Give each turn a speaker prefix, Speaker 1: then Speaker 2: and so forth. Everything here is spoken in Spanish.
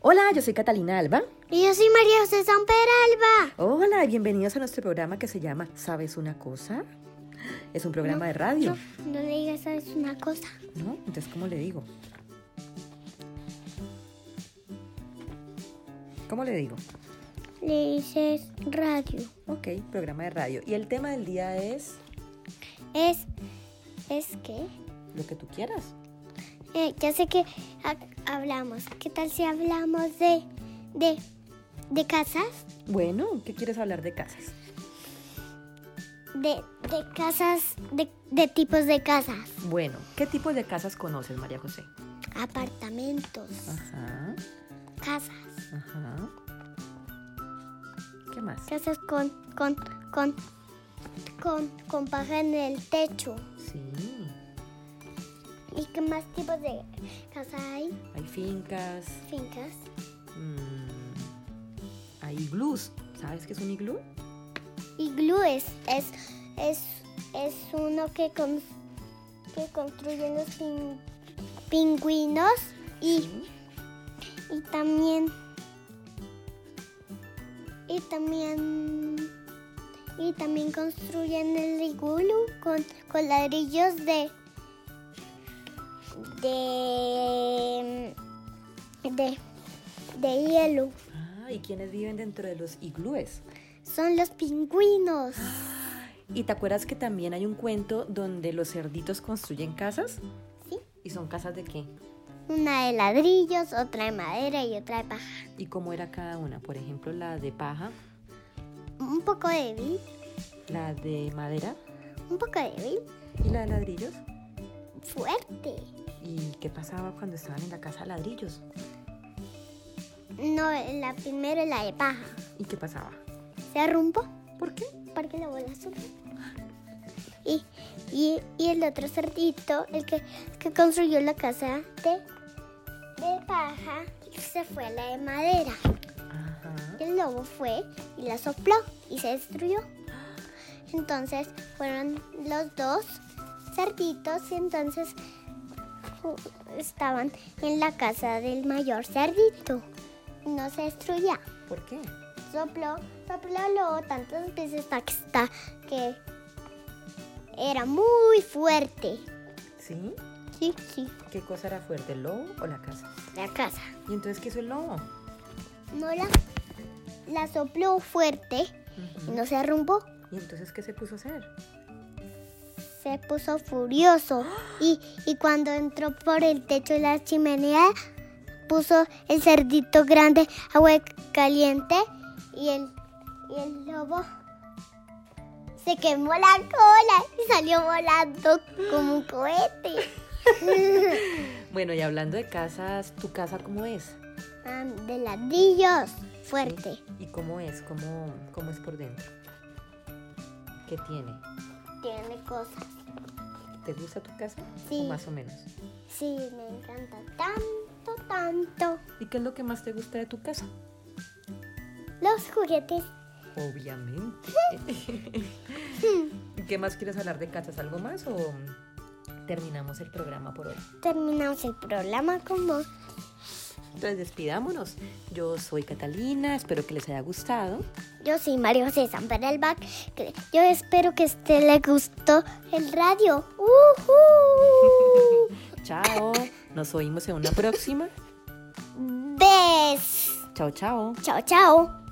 Speaker 1: Hola, yo soy Catalina Alba.
Speaker 2: Y yo soy María José San Peralba.
Speaker 1: Hola, y bienvenidos a nuestro programa que se llama ¿Sabes una cosa? Es un programa de radio,
Speaker 2: No, no le digas, ¿sabes una cosa?
Speaker 1: ¿no? Entonces, ¿cómo le digo? ¿Cómo le digo?
Speaker 2: Le dices radio.
Speaker 1: Ok, programa de radio. Y el tema del día es
Speaker 2: Es. ¿Es qué?
Speaker 1: lo que tú quieras.
Speaker 2: Eh, ya sé que ha- hablamos. ¿Qué tal si hablamos de. de. de casas?
Speaker 1: Bueno, ¿qué quieres hablar de casas?
Speaker 2: De. de casas. de, de tipos de casas.
Speaker 1: Bueno, ¿qué tipo de casas conoces, María José?
Speaker 2: Apartamentos.
Speaker 1: Ajá,
Speaker 2: Casas.
Speaker 1: ajá. ¿Qué más?
Speaker 2: Casas con. con. con. con, con paja en el techo.
Speaker 1: Sí,
Speaker 2: ¿Y qué más tipos de casas hay?
Speaker 1: hay fincas,
Speaker 2: Fincas.
Speaker 1: Mm, hay iglús. ¿Sabes qué es un iglú?
Speaker 2: Iglú es, es, es, es uno que, con- que construyen los pin- pingüinos y, y también y también y también construyen el iglú con, con ladrillos de de de de hielo
Speaker 1: Ah, ¿y quiénes viven dentro de los iglúes?
Speaker 2: son los pingüinos
Speaker 1: ¿Y te acuerdas que también hay un cuento donde los cerditos construyen casas?
Speaker 2: Sí.
Speaker 1: ¿Y son casas de qué?
Speaker 2: Una de ladrillos, otra de madera y otra de paja.
Speaker 1: ¿Y cómo era cada una? Por ejemplo, la de paja,
Speaker 2: Un poco débil,
Speaker 1: la de madera
Speaker 2: un poco débil,
Speaker 1: y la de ladrillos.
Speaker 2: fuerte.
Speaker 1: ¿Y qué pasaba cuando estaban en la casa de ladrillos?
Speaker 2: No, la primera es la de paja.
Speaker 1: ¿Y qué pasaba?
Speaker 2: Se arrumpó
Speaker 1: ¿Por qué?
Speaker 2: porque la bola sube. Y, y, y el otro cerdito, el que, el que construyó la casa de, de paja, se fue a la de madera.
Speaker 1: Ajá.
Speaker 2: Y el lobo fue y la sopló y se destruyó. Entonces fueron los dos cerditos y entonces ju- estaban en la casa del mayor cerdito. No se destruía.
Speaker 1: ¿Por qué?
Speaker 2: Sopló, sopló el lobo tantas veces hasta que, hasta que era muy fuerte.
Speaker 1: ¿Sí?
Speaker 2: Sí, sí,
Speaker 1: ¿Qué cosa era fuerte, el lobo o la casa?
Speaker 2: la casa.
Speaker 1: ¿Y entonces qué hizo el lobo?
Speaker 2: No la, la sopló fuerte y no se arrumbó.
Speaker 1: ¿Y entonces qué se puso a hacer?
Speaker 2: se puso furioso y, y cuando entró por el techo de la chimenea puso el cerdito grande agua caliente y el, y el lobo se quemó la cola y salió volando como un cohete.
Speaker 1: Bueno, y hablando de casas, ¿tu casa cómo es?
Speaker 2: Ah, de ladrillos, fuerte.
Speaker 1: ¿Y cómo es? ¿Cómo, cómo es por dentro? ¿Qué tiene?
Speaker 2: Tiene cosas.
Speaker 1: ¿Te gusta tu casa?
Speaker 2: Sí.
Speaker 1: ¿O más o menos?
Speaker 2: Sí, me encanta tanto, tanto.
Speaker 1: ¿Y qué es lo que más te gusta de tu casa?
Speaker 2: Los juguetes.
Speaker 1: Obviamente. ¿Y ¿Qué más quieres hablar de casas? ¿Algo más o terminamos el programa por hoy?
Speaker 2: Terminamos el programa con vos.
Speaker 1: Entonces despidámonos. Yo soy Catalina, espero que les haya gustado.
Speaker 2: Yo soy Mario José Sanperelbach. Yo espero que a usted le gustó el radio. ¡Uhú!
Speaker 1: Chao, nos oímos en una próxima.
Speaker 2: ¡Bes!
Speaker 1: Chao, chao.
Speaker 2: ¡Chao, chao!